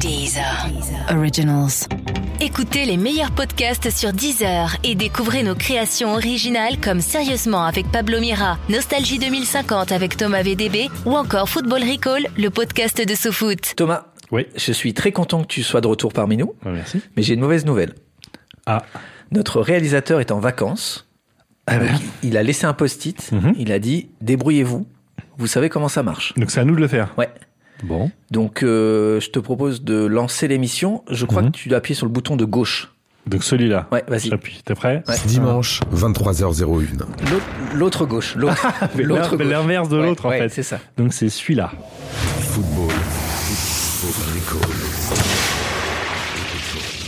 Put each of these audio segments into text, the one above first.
Deezer. Originals. Écoutez les meilleurs podcasts sur Deezer et découvrez nos créations originales comme Sérieusement avec Pablo Mira, Nostalgie 2050 avec Thomas VDB ou encore Football Recall, le podcast de SoFoot. Thomas, Oui. je suis très content que tu sois de retour parmi nous, Ah, merci. mais j'ai une mauvaise nouvelle. Ah. Notre réalisateur est en vacances. Donc, Il a laissé un post-it. ben. Mhm. Il a dit débrouillez-vous. Vous savez comment ça marche. Donc c'est à nous de le faire. Ouais. Bon. Donc euh, je te propose de lancer l'émission. Je crois Mhm. que tu dois appuyer sur le bouton de gauche. Donc celui-là. Ouais, vas-y. J'appuie. T'es prêt Ouais. Dimanche, 23h01. L'autre- L'autre gauche. L'autre. Mais l'autre l'in- mais gauche. L'inverse de Ouais, l'autre en ouais, fait. C'est ça. Donc c'est celui-là. Football. Football Recall.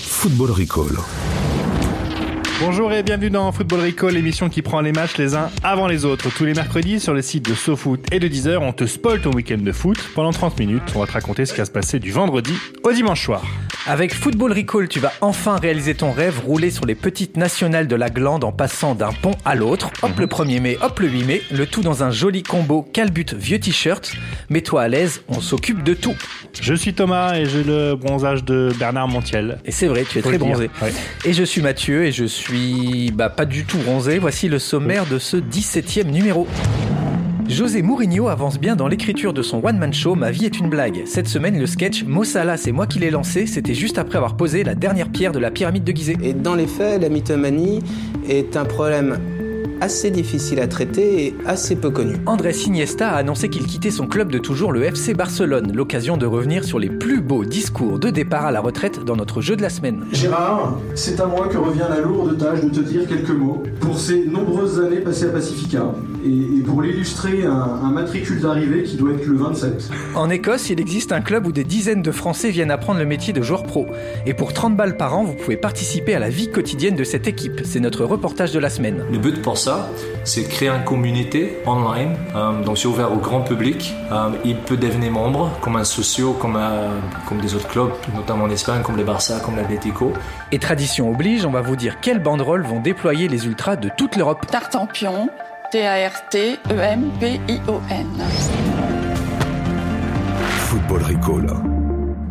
Football Recall. Bonjour et bienvenue dans Football Recall, l'émission qui prend les matchs les uns avant les autres. Tous les mercredis sur le site de SoFoot et de Deezer, on te spoil ton week-end de foot. Pendant 30 minutes, on va te raconter ce qui va se passer du vendredi au dimanche soir. Avec Football Recall, tu vas enfin réaliser ton rêve, rouler sur les petites nationales de la glande en passant d'un pont à l'autre. Mhm. Hop le 1er mai, hop le 8 mai, le tout dans un joli combo calbut vieux t-shirt. Mets-toi à l'aise, on s'occupe de tout. Je suis Thomas et j'ai le bronzage de Bernard Montiel. Et c'est vrai, tu es Faut très le dire. bronzé. Ouais. Et je suis Mathieu et je suis bah, pas du tout bronzé. Voici le sommaire de ce 17e numéro. José Mourinho avance bien dans l'écriture de son one-man show Ma vie est une blague. Cette semaine, le sketch Mossala, c'est moi qui l'ai lancé, c'était juste après avoir posé la dernière pierre de la pyramide de Gizeh. Et dans les faits, la mythomanie est un problème assez difficile à traiter et assez peu connu. Andrés Iniesta a annoncé qu'il quittait son club de toujours, le FC Barcelone, l'occasion de revenir sur les plus beaux discours de départ à la retraite dans notre jeu de la semaine. Gérard, c'est à moi que revient la lourde tâche de te dire quelques mots pour ces nombreuses années passées à Pacifica et, et pour l'illustrer un, un matricule d'arrivée qui doit être le 27. En Écosse, il existe un club où des dizaines de Français viennent apprendre le métier de joueur pro. Et pour 30 balles par an, vous pouvez participer à la vie quotidienne de cette équipe. C'est notre reportage de la semaine. Le but pour ça, c'est de créer une communauté online, euh, donc c'est ouvert au grand public. Euh, il peut devenir membre, comme un socio, comme, euh, comme des autres clubs, notamment en Espagne, comme le Barça, comme l'Atlético. Et tradition oblige, on va vous dire quelles banderoles vont déployer les ultras de toute l'Europe. Tartampion, T-A-R-T-E-M-P-I-O-N. Football Recall.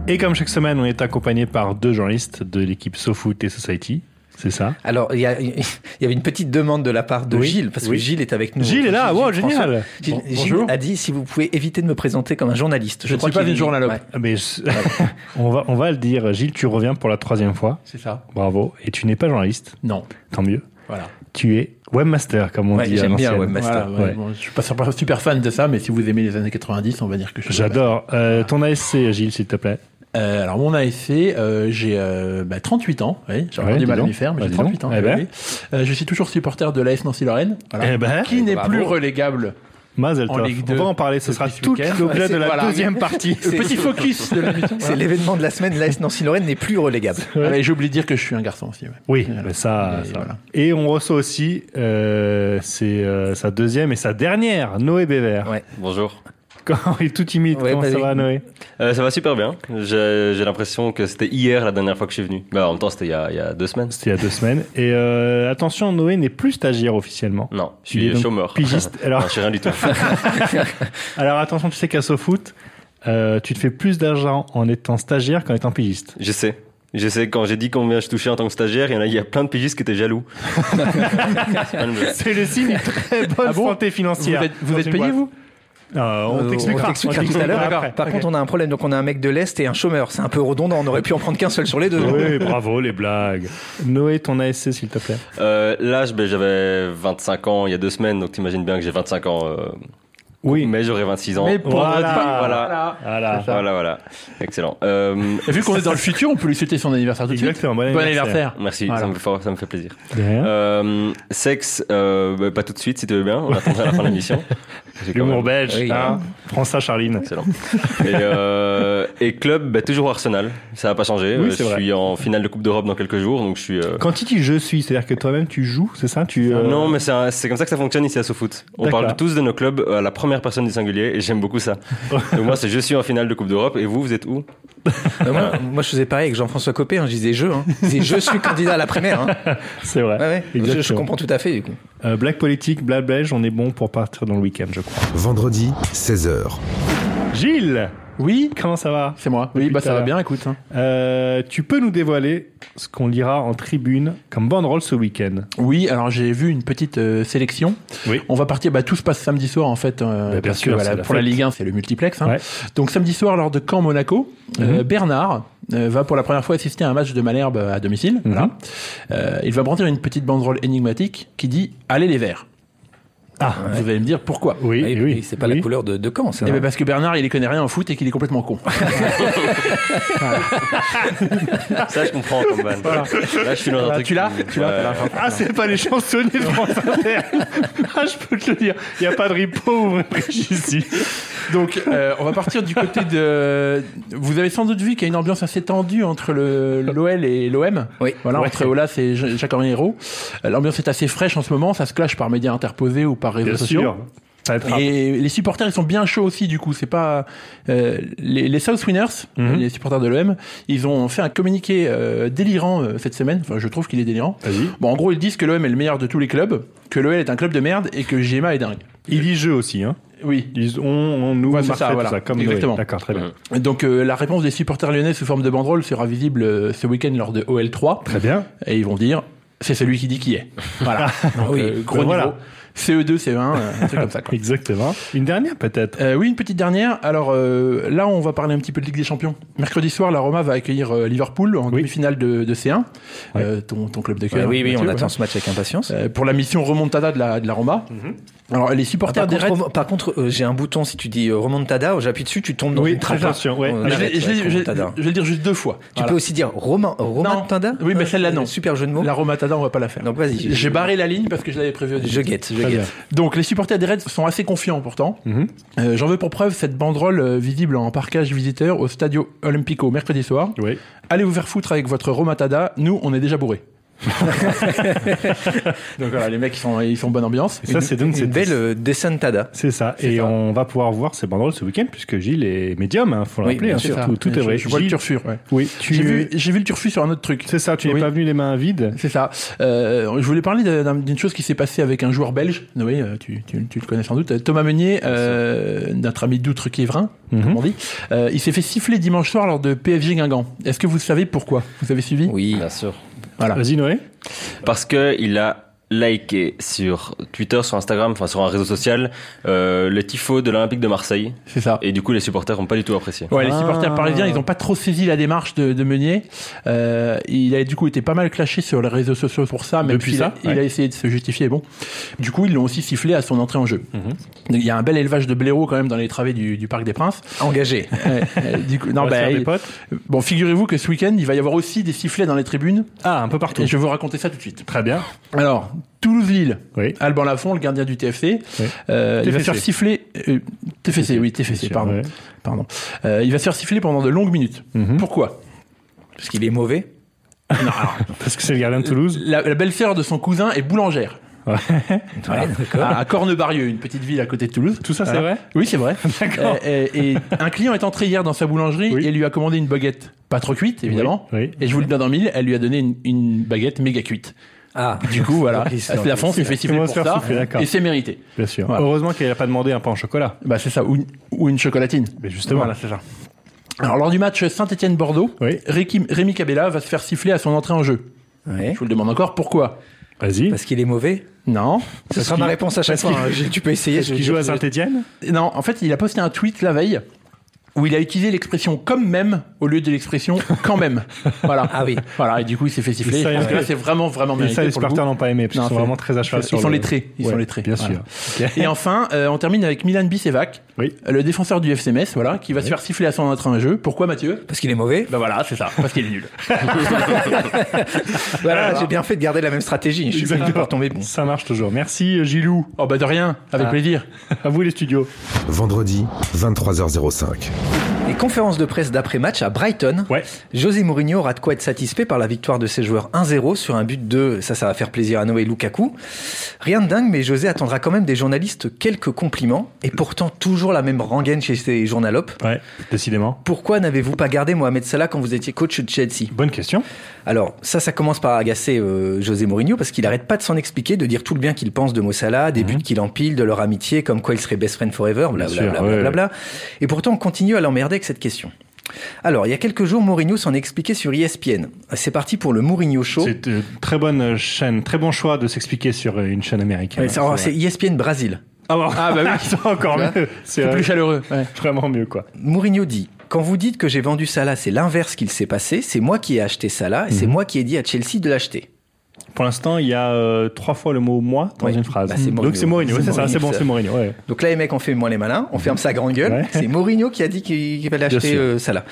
Et comme chaque semaine, on est accompagné par deux journalistes de l'équipe SoFoot et Society. C'est ça Alors, il y, a- il y avait une petite demande de la part de Oui, Gilles, parce que oui. Gilles est avec nous. Gilles est là, wow, François. génial Gilles, Bon, Gilles bonjour. a dit si vous pouvez éviter de me présenter comme un journaliste. Je, ne crois suis pas qu'il- une journalope. Ouais. Ah, Mais je- on, va, on va le dire, Gilles, tu reviens pour la troisième fois. C'est ça. Bravo. Et tu n'es pas journaliste, Non. tant mieux. Voilà. Tu es webmaster, comme on Ouais, dit à j'aime bien l'ancienne. webmaster. Voilà, ouais, Ouais. bon, je suis pas super, super fan de ça, mais si vous aimez les années 90, on va dire que je suis J'adore. Euh, ton ASC, Gilles, s'il te plaît. Euh, alors mon AFC, euh, j'ai euh, bah, 38 ans, oui, j'ai encore Ouais, dis du mal à donc. m'y faire, mais Bah, j'ai dis donc. 38 ans. Eh oui, ben. oui. Euh, je suis toujours supporter de l'AS Nancy-Lorraine, voilà, Eh ben. qui n'est Bravo. plus relégable. Mazel En Tov. Ligue On 2. va en parler. Ce Depuis sera ce tout week-end. l'objet Ouais, de la voilà. deuxième partie. Le petit focus de la mission. C'est l'événement de la semaine, l'AS Nancy-Lorraine n'est plus relégable. Voilà. Ah, et j'ai oublié de dire que je suis un garçon aussi. ouais. Oui, Voilà. mais ça. Et ça. voilà. Et on reçoit aussi euh, c'est, euh, sa deuxième et sa dernière, Noé Bévert. Ouais. Bonjour. Quand il est tout timide, Ouais, comment ça bah, va, Noé Euh, ça va super bien. J'ai j'ai l'impression que c'était hier la dernière fois que je suis venu. Bah, en même temps, c'était il, y a- il y a deux semaines. C'était il y a deux semaines. Et euh, attention, Noé n'est plus stagiaire officiellement. Non, je Il est suis donc chômeur. pigiste. Alors- Non, je suis rien du tout. Alors attention, tu sais qu'à SoFoot, euh, tu te fais plus d'argent en étant stagiaire qu'en étant pigiste. je sais. Je sais, quand j'ai dit combien je touchais en tant que stagiaire, il y, en a, il y a plein de pigistes qui étaient jaloux. C'est pas une blague. C'est le signe d'une très bonne Ah bon santé Vous financière. êtes, vous Dans êtes une payé, boîte. vous Euh, on Euh, t'expliquera. t'expliquera tout à l'heure. Par contre, on a un problème. Donc, on a un mec de l'Est et un chômeur. C'est un peu redondant. On aurait pu en prendre qu'un seul sur les deux. Oui, bravo les blagues. Noé, ton ASC, s'il te plaît. Euh, L'âge, ben, j'avais 25 ans il y a deux semaines, donc t'imagines bien que j'ai 25 ans. euh, Oui. Mais j'aurai 26 ans. Mais pour Voilà. notre- Voilà. Voilà. ça. Voilà, voilà. Excellent. Euh, Et Vu qu'on est dans le futur, on peut lui souhaiter son anniversaire tout de suite. Exactement, bon Bon anniversaire. anniversaire. merci, Voilà. ça, me fait, fort- ça me fait plaisir. De rien. Euh, sexe, euh, bah, pas tout de suite si tu veux bien, on attendra la fin de l'émission. J'ai quand L'humour même- belge. Oui. hein. Prends ça, Charline. Excellent. Et, euh, et club, bah, toujours Arsenal, ça n'a pas changé. Oui, Euh, c'est je vrai. suis en finale de Coupe d'Europe dans quelques jours, donc je suis... euh, Quand tu dis je suis, c'est-à-dire que toi-même tu joues, c'est ça tu, euh, Non, mais c'est un- c'est comme ça que ça fonctionne ici à SoFoot. On D'accord. parle de tous de nos clubs à la première personne du singulier, et j'aime beaucoup ça. donc moi, c'est je suis en finale de Coupe d'Europe, et vous, vous êtes où Euh, moi, moi, je faisais pareil avec Jean-François Copé. hein. Je disais je. hein. Je disais je suis candidat à la primaire. hein. C'est vrai. Ouais, ouais. Je- Je, Exactement. comprends tout à fait. Du coup. Euh, blague politique, blague belge, on est bon pour partir dans le week-end, je crois. Vendredi, 16h. Gilles, Oui comment ça va C'est moi. Depuis Oui, bah tout ça à va l'heure. bien, écoute. hein. Euh, Tu peux nous dévoiler ce qu'on lira en tribune comme banderole ce week-end Oui, alors j'ai vu une petite euh, sélection. Oui. On va partir, bah, tout se passe samedi soir en fait. euh, Bah, bien parce que, sûr, voilà, c'est la pour la fête. Ligue 1, c'est le multiplex. hein. Ouais. Mhm. Donc samedi soir, lors de Caen Monaco, euh, Bernard euh, va pour la première fois assister à un match de Malherbe à domicile. Mhm. Voilà. Euh, il va brandir une petite banderole énigmatique qui dit Allez les Verts. Ah, Vous allez me dire pourquoi oui, Ah, Et, Eh oui. et c'est pas oui. la couleur de, de Caen, ça. Eh ben, parce que Bernard, il y connaît rien en foot et qu'il est complètement con. Ça, je comprends comme ban. Là, je suis dans un Ah, truc. tu l'as qui- Tu l'as, Ouais. t'as l'as. Ah, c'est pas les chansonniers de France Inter. ah, je peux te le dire. Il n'y a pas de ripo ou ici. Donc, euh, on va partir du côté de. Vous avez sans doute vu qu'il y a une ambiance assez tendue entre le- l'OL et l'OM. Oui. Voilà, Ouais. entre Olas et Ja- Jacques Henri Hérault. Euh, L'ambiance est assez fraîche en ce moment. Ça se clash par médias interposés ou par réseaux Bien sociaux. sûr. Ça va être rap- euh, Et les supporters, ils sont bien chauds aussi, du coup. C'est pas euh, les, les South Winners, Mhm. les supporters de l'OM, ils ont fait un communiqué euh, délirant euh, cette semaine. Enfin, je trouve qu'il est délirant. Vas-y. Bon, en gros, ils disent que l'OM est le meilleur de tous les clubs, que l'OL est un club de merde et que GMA est dingue. Il dit jeu aussi, hein. Oui, Ils disent on, on, nous, Ouais, c'est Marseille, ça, tout voilà. ça, comme Exactement. Noé. D'accord, très bien. Donc euh, la réponse des supporters lyonnais sous forme de banderole sera visible euh, ce week-end lors de OL3 Très bien. et ils vont dire c'est celui qui dit qui est. Voilà. Donc, Oui. euh, gros Ben voilà. niveau. CE2, CE1, euh, un truc comme ça. quoi. Exactement. Une dernière peut-être. Euh, oui, une petite dernière. Alors euh, là, on va parler un petit peu de Ligue des Champions. Mercredi soir, la Roma va accueillir euh, Liverpool en Oui. demi-finale de, de C1, Ouais. Euh, ton, ton club de Ouais, cœur. oui, oui, on Mathieu, attend voilà. ce match avec impatience. Euh, pour la mission remontada de la, de la Roma. Alors les Ah, par, supporters des contre, Reds- remo- par contre, euh, j'ai un bouton, si tu dis euh, remontada, j'appuie dessus, tu tombes dans Oui, une trappe. Euh, attention, ouais. On Ah, Je arrête, vais- je ouais, vais- je vais remontada. je vais le dire juste deux fois. Tu peux aussi dire Roman, Romantada Oui, mais Euh, celle-là, non. Super jeu de mots. La Romatada, on va pas la faire. Donc, vas-y. J'ai barré la ligne parce que je l'avais prévu au début. Je guette, je Très bien. guette. Donc les supporters des Reds sont assez confiants pourtant. Mhm. Euh, J'en veux pour preuve cette banderole euh, visible en parcage visiteur au Stadio Olimpico mercredi soir. Oui. Allez vous faire foutre avec votre Romatada, nous on est déjà bourrés. Donc voilà, les mecs ils sont, ils sont bonne ambiance. Et ça, c'est donc Une c'était- belle euh, descentada. C'est ça. C'est Et ça. on va pouvoir voir ces banderoles ce week-end puisque Gilles est médium, hein, faut le Oui, rappeler. bien hein, C'est ça. tout, tout est Je- vrai. Je vois le Gilles- turfur. ouais. Oui. J'ai vu, Tu. j'ai vu le turfur sur un autre truc. C'est ça. Tu n'es Oui. pas venu les mains vides. C'est ça. Euh, je voulais parler d'un- d'une chose qui s'est passée avec un joueur belge. Noé, euh, tu, tu- tu le connais sans doute. Thomas Meunier, euh, notre ami d'Outre-Quiévrin, Mhm. comme on dit. Euh, il s'est fait siffler dimanche soir lors de PSG Guingamp. Est-ce que vous savez pourquoi Vous avez suivi Oui. Bien sûr. Voilà. Vas-y Noé. Parce que il a liké sur Twitter, sur Instagram, enfin sur un réseau social, euh, le tifo de l'Olympique de Marseille. C'est ça. Et du coup, les supporters n'ont pas du tout apprécié. Ouais, les Ah. supporters parisiens, ils n'ont pas trop saisi la démarche de, de Meunier. Euh, il a du coup été pas mal clashé sur les réseaux sociaux pour ça, même Depuis s'il ça, a, il ouais. a essayé de se justifier. Bon, du coup, ils l'ont aussi sifflé à son entrée en jeu. Mhm. Il y a un bel élevage de blaireaux quand même dans les travées du, du Parc des Princes. Engagé. Ouais, euh, du coup, non, On va se bah, faire des il- potes. Bon, figurez-vous que ce week-end, il va y avoir aussi des sifflets dans les tribunes. Ah, un peu partout. Et je vais vous raconter ça tout de suite. Très bien. Alors, Toulouse-Lille. Oui. Alban Lafont, le gardien du TFC, Oui. euh, il va se faire TFC. siffler. euh, TFC, oui, TFC, pardon. Ouais. pardon. Euh, il va se faire siffler pendant de longues minutes. Mhm. Pourquoi Parce qu'il est mauvais. Parce que c'est le gardien de Toulouse. La, la belle-sœur de son cousin est boulangère. Voilà. d'accord. à, à Cornebarieux, une petite ville à côté de Toulouse. Tout ça, c'est Voilà. vrai Oui, c'est vrai. Hein D'accord. Euh, et, et un client est entré hier dans sa boulangerie Oui. et lui a commandé une baguette pas trop cuite, évidemment. Oui, oui. Et je vous le donne dans mille, elle lui a donné une, une baguette méga cuite. Ah. Du coup, voilà. la France lui fait siffler Comment pour se faire ça. siffler, d'accord. et c'est mérité. Bien sûr. Voilà. Heureusement qu'elle n'a pas demandé un pain au chocolat. Bah, c'est ça. Ou une, ou une chocolatine. Mais justement. Voilà, c'est ça. Alors, lors du match Saint-Etienne-Bordeaux, Oui. Réki- Rémi Cabella va se faire siffler à son entrée en jeu. Ouais. Je vous le demande encore, pourquoi Vas-y. Parce qu'il est mauvais. Non. Ce sera ma réponse à chaque fois. hein. Je- Tu peux essayer. Est-ce je- qu'il je- joue à je- Saint-Etienne Non, en fait, il a posté un tweet la veille où il a utilisé l'expression comme même au lieu de l'expression quand même. Voilà. Ah oui. Voilà, et du coup, il s'est fait siffler. Et ça, Je pense que ouais. là, c'est vraiment, vraiment Mais mérité. ça, les pour le coup. supporters n'ont pas aimé, parce Non, qu'ils sont c'est- vraiment très à cheval ils sur sont le- lettrés, ils sont Ouais, lettrés, Bien voilà. sûr. Et enfin, euh, on termine avec Milan Bisevac, Oui. le défenseur du FC Metz, voilà, qui va se faire siffler à son entrée en jeu. Pourquoi, Mathieu Parce qu'il est mauvais. Ben voilà, c'est ça, parce qu'il est nul. Voilà, j'ai bien fait de garder la même stratégie. Je suis fini par tomber bon. Ça marche toujours. Merci euh, Gilou. Ah. Oh bah de rien, avec plaisir. À vous les studios. Vendredi, 23h05. Et conférence de presse d'après-match à Brighton. Ouais. José Mourinho aura de quoi être satisfait par la victoire de ses joueurs 1-0 sur un but de, ça, ça va faire plaisir à Noé Lukaku. Rien de dingue, mais José attendra quand même des journalistes quelques compliments, et pourtant toujours la même rengaine chez ses journalopes. Ouais, décidément. Pourquoi n'avez-vous pas gardé Mohamed Salah quand vous étiez coach de Chelsea Bonne question. Alors, ça, ça commence par agacer euh, José Mourinho parce qu'il arrête pas de s'en expliquer, de dire tout le bien qu'il pense de Mossala, Mhm. des buts qu'il empile, de leur amitié, comme quoi ils seraient best friends forever, sûr, blablabla. ouais, blablabla. Et pourtant, on continue à l'emmerder avec cette question. Alors, il y a quelques jours, Mourinho s'en expliquait sur E ESPN. C'est parti pour le Mourinho Show. C'est euh, très bonne euh, chaîne, très bon choix de s'expliquer sur euh, une chaîne américaine. Ouais, oh, c'est- hein, alors, c'est c'est E vrai. ESPN Brésil. Ah, bon. Ah, bah oui. c'est encore Tu vois mieux. C'est C'est euh, plus chaleureux. ouais. vraiment mieux quoi. Mourinho dit Quand vous dites que j'ai vendu Salah, c'est l'inverse qu'il s'est passé. C'est moi qui ai acheté Salah et c'est Mhm. moi qui ai dit à Chelsea de l'acheter. Pour l'instant, il y a euh, trois fois le mot moi dans Ouais. une phrase. Bah, c'est Mourinho. Donc c'est Mourinho, ouais, C'est c'est ça, Mourinho, c'est bon, ça. c'est Mourinho. ouais. Donc là, les mecs, on fait moins les malins, on ferme sa grande gueule. Ouais. C'est Mourinho qui a dit qu'il qu'il fallait acheter sûr. euh, Salah.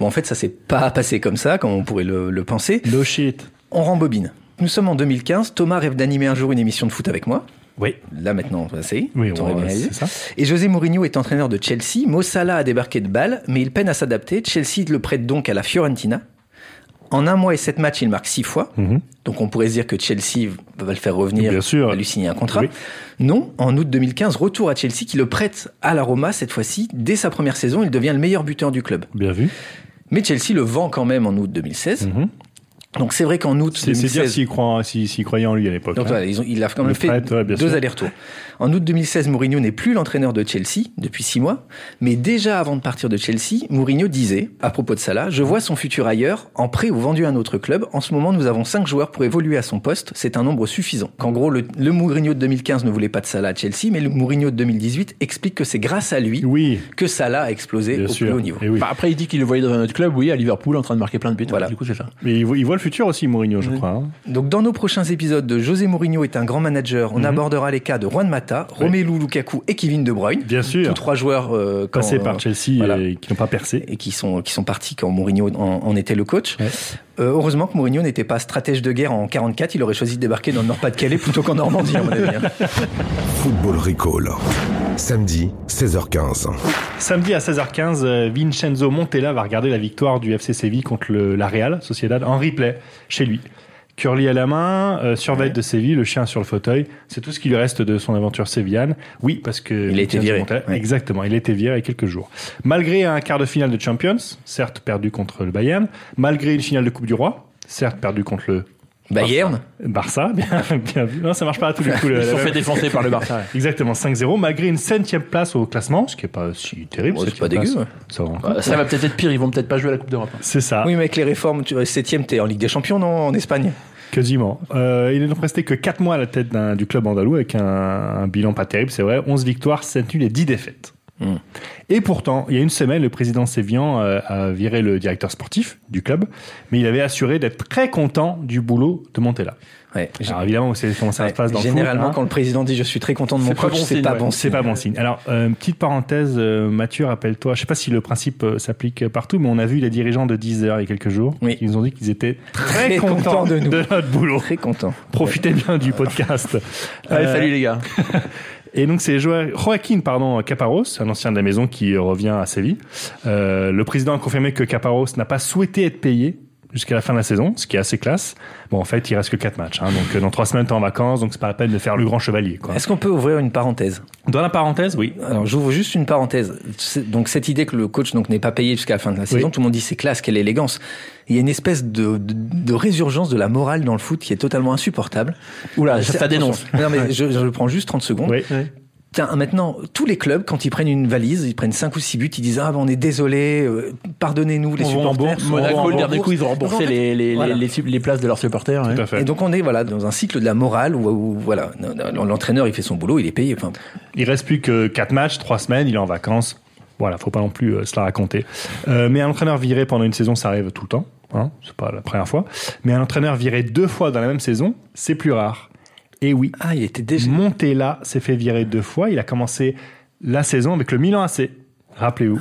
Bon, en fait, ça s'est pas passé comme ça, comme on pourrait le, le penser. No shit. On rembobine. Nous sommes en 2015. Thomas rêve d'animer un jour une émission de foot avec moi. Oui. Là maintenant, c'est Oui, on on- rêve d'analyser. c'est ça. Et José Mourinho est entraîneur de Chelsea. Mo Salah a débarqué de Bâle, mais il peine à s'adapter. Chelsea le prête donc à la Fiorentina. En un mois et sept matchs, il marque six fois. Mhm. Donc on pourrait se dire que Chelsea va le faire revenir, Bien sûr. va lui signer un contrat. Oui. Non, en août 2015, retour à Chelsea qui le prête à la Roma cette fois-ci. Dès sa première saison, il devient le meilleur buteur du club. Bien vu. Mais Chelsea le vend quand même en août 2016. Donc c'est vrai qu'en août Hmm. C'est c'est 2016, dire s'il croit, en- s'il- s'il croyait en lui à l'époque. donc hein. voilà, ils ont- il a quand même Le fait prêtre, ouais, bien deux sûr. allers-retours. En août 2016, Mourinho n'est plus l'entraîneur de Chelsea depuis six mois, mais déjà avant de partir de Chelsea, Mourinho disait, à propos de Salah, je vois son futur ailleurs, en prêt ou vendu à un autre club. En ce moment, nous avons cinq joueurs pour évoluer à son poste. C'est un nombre suffisant. Qu'en gros, le, le Mourinho de 2015 ne voulait pas de Salah à Chelsea, mais le Mourinho de 2018 explique que c'est grâce à lui Oui, que Salah a explosé bien au sûr. plus haut niveau. Et oui. Enfin, après, il dit qu'il le voyait dans un autre club, oui, à Liverpool, en train de marquer plein de buts. Voilà. Du coup, c'est ça. Mais il voit, il voit le futur aussi, Mourinho, je crois. hein. Donc dans nos prochains épisodes de José Mourinho est un grand manager, Mhm. on abordera les cas de Juan Mata, Romelu Lukaku et Kevin De Bruyne. Bien sûr. Tous trois joueurs euh, quand, Passé euh, par Chelsea voilà. et qui n'ont pas percé. et qui sont qui sont partis quand Mourinho en, en était le coach. Ouais. Euh, heureusement que Mourinho n'était pas stratège de guerre en 44, il aurait choisi de débarquer dans le Nord-Pas-de-Calais plutôt qu'en Normandie à mon avis. hein. Football Recall. Samedi, 16h15. Samedi à 16h15, euh, Vincenzo Montella va regarder la victoire du FC Séville contre le, la Real Sociedad en replay chez lui. Curly à la main, euh, surveille de Séville, le chien sur le fauteuil, c'est tout ce qui lui reste de son aventure sévillane. Oui, parce que Il a été Vincenzo viré, Montella- ouais. Exactement, il a été viré il y a quelques jours. Malgré un quart de finale de Champions, certes perdu contre le Bayern, malgré une finale de Coupe du Roi, certes perdu contre le Bayern, Barça, bien, bien vu. Non, ça marche pas à tous les coups. le- Ils se sont la- fait défoncer par le Barça. ouais. Exactement, 5-0, malgré une septième place au classement, ce qui est pas si terrible. Ouais, c'est septième pas dégueu, place. ouais. Ça va encore. Ça va peut-être être pire, ils vont peut-être pas jouer à la Coupe d'Europe. hein. C'est ça, Ah. oui mais avec les réformes, tu vois, 7 t'es en Ligue des Champions non en Espagne. quasiment. Euh, il est donc resté que 4 mois à la tête d'un- du club andalou avec un, un bilan pas terrible, c'est vrai, 11 victoires, 7 nuls et 10 défaites. Et pourtant, il y a une semaine, le président Sévian euh, a viré le directeur sportif du club, mais il avait assuré d'être très content du boulot de Montella. Ouais. Alors évidemment, vous savez comment ça Ouais, se passe dans le foot, Généralement hein. quand le président dit je suis très content de mon C'est pas coach, bon c'est signe, pas ouais. bon C'est signe. pas bon signe. Alors, euh, petite parenthèse, euh, Mathieu, rappelle-toi, je sais pas si le principe euh, s'applique partout, mais on a vu les dirigeants de Deezer il y a quelques jours. Oui. Ils nous ont dit qu'ils étaient très, Très contents, contents de de, nous. notre boulot. Très content. Profitez bien du podcast. Allez, Euh, salut les gars. Et donc, c'est Joa- Joaquin pardon, Caparros, un ancien de la maison qui revient à Séville. Euh, le président a confirmé que Caparros n'a pas souhaité être payé jusqu'à la fin de la saison, ce qui est assez classe. Bon, en fait, il reste que quatre matchs. hein. donc, euh, dans trois semaines, t'es en vacances, donc c'est pas la peine de faire le grand chevalier. Quoi. Est-ce qu'on peut ouvrir une parenthèse Dans la parenthèse, oui. Alors j'ouvre juste une parenthèse. C'est- Donc cette idée que le coach donc n'est pas payé jusqu'à la fin de la saison, tout le monde dit c'est classe, quelle élégance. Il y a une espèce de, de, de résurgence de la morale dans le foot qui est totalement insupportable. Euh, Oula, C'est- ça, ça dénonce. Non mais je, je le prends juste 30 secondes. Oui. Tiens, maintenant, tous les clubs, quand ils prennent une valise, ils prennent 5 ou 6 buts, ils disent Ah, ben, on est désolé, euh, pardonnez-nous les On vous supporters. rembourse, on vous Monaco, le dernier coup, ils ont Donc, en remboursé fait, les, les, voilà. les, les- les places de leurs supporters. ouais. Tout à fait. Et donc on est voilà dans un cycle de la morale où, où, voilà l'entraîneur il fait son boulot il est payé enfin Il reste plus que 4 matchs, 3 semaines, il est en vacances. Voilà, faut pas non plus euh, se la raconter. Euh, mais un entraîneur viré pendant une saison, ça arrive tout le temps. Hein, c'est pas la première fois. Mais un entraîneur viré deux fois dans la même saison, c'est plus rare. Et oui, ah il était déjà Montella s'est fait virer deux fois. Il a commencé la saison avec le Milan AC. Rappelez-vous.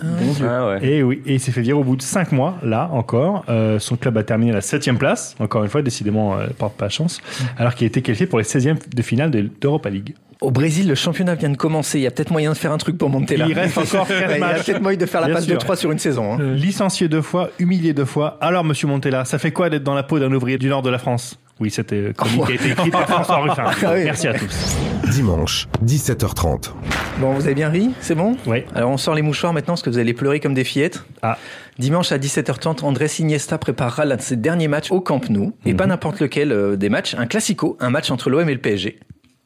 Ah ouais. Et oui, et il s'est fait virer au bout de 5 mois, là encore. Euh, son club a terminé à la 7 place. Encore une fois, décidément, euh, porte pas chance. Alors qu'il était qualifié pour les 16e de finale de l'Europa League. Au Brésil, le championnat vient de commencer. Il y a peut-être moyen de faire un truc pour monter là. Il reste encore Ouais, quatre Il y a matchs. peut-être moyen de faire la Bien passe sûr. de 3 sur une saison. hein. Licencié deux fois, humilié deux fois. Alors, monsieur Montella, ça fait quoi d'être dans la peau d'un ouvrier du nord de la France Oui, c'était euh, chronique qui a été écrite par François Ruffin. Ah oui. Merci à tous. Dimanche, 17h30. Bon, vous avez bien ri C'est bon Oui. Alors on sort les mouchoirs maintenant parce que vous allez pleurer comme des fillettes. Ah. Dimanche à 17h30, André Iniesta préparera l'un de ses derniers matchs au Camp Nou. Mhm. Et pas n'importe lequel euh, des matchs, un classico, un match entre l'OM et le PSG.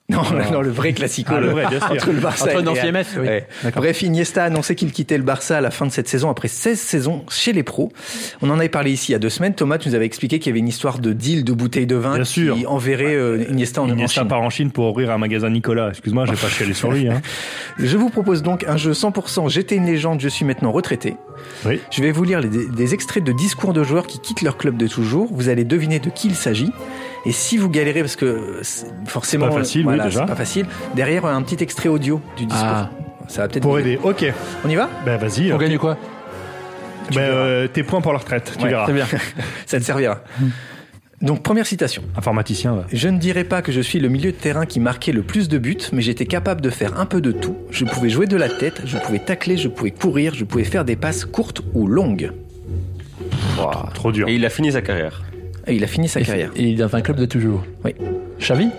Non, non, le vrai classico. Ah, le vrai, bien sûr. Entre le Barça Entre et le Nancy Real. et Metz, oui. Ouais. Bref, Iniesta a annoncé qu'il quittait le Barça à la fin de cette saison après 16 saisons chez les pros. On en avait parlé ici il y a deux semaines. Thomas, tu nous avais expliqué qu'il y avait une histoire de deal de bouteilles de vin Bien qui sûr. enverrait euh, Iniesta en, en Iniesta Chine. part en Chine pour ouvrir un magasin Nicolas. Excuse-moi, j'ai pas chialé sur lui. Hein. Je vous propose donc un jeu 100% J'étais une légende, je suis maintenant retraité. Oui. Je vais vous lire les- des extraits de discours de joueurs qui quittent leur club de toujours. Vous allez deviner de qui il s'agit. Et si vous galérez, parce que c'est- forcément, Pas facile, oui, voilà, déjà. c'est pas facile, derrière un petit extrait audio du discours. Ah. Ça va peut-être Pour vous aider. Ok. On y va Ben vas-y. On gagne quoi Ben, euh, tes points pour la retraite. Tu Ouais, verras. très bien. Ça te servira. Donc première citation. Informaticien. va. Je ne dirais pas que je suis le milieu de terrain qui marquait le plus de buts, mais j'étais capable de faire un peu de tout. Je pouvais jouer de la tête, je pouvais tacler, je pouvais courir, je pouvais faire des passes courtes ou longues. Trop dur. Et il a fini sa carrière. Et il a fini sa carrière. Il est dans un club de toujours. Oui. Xavi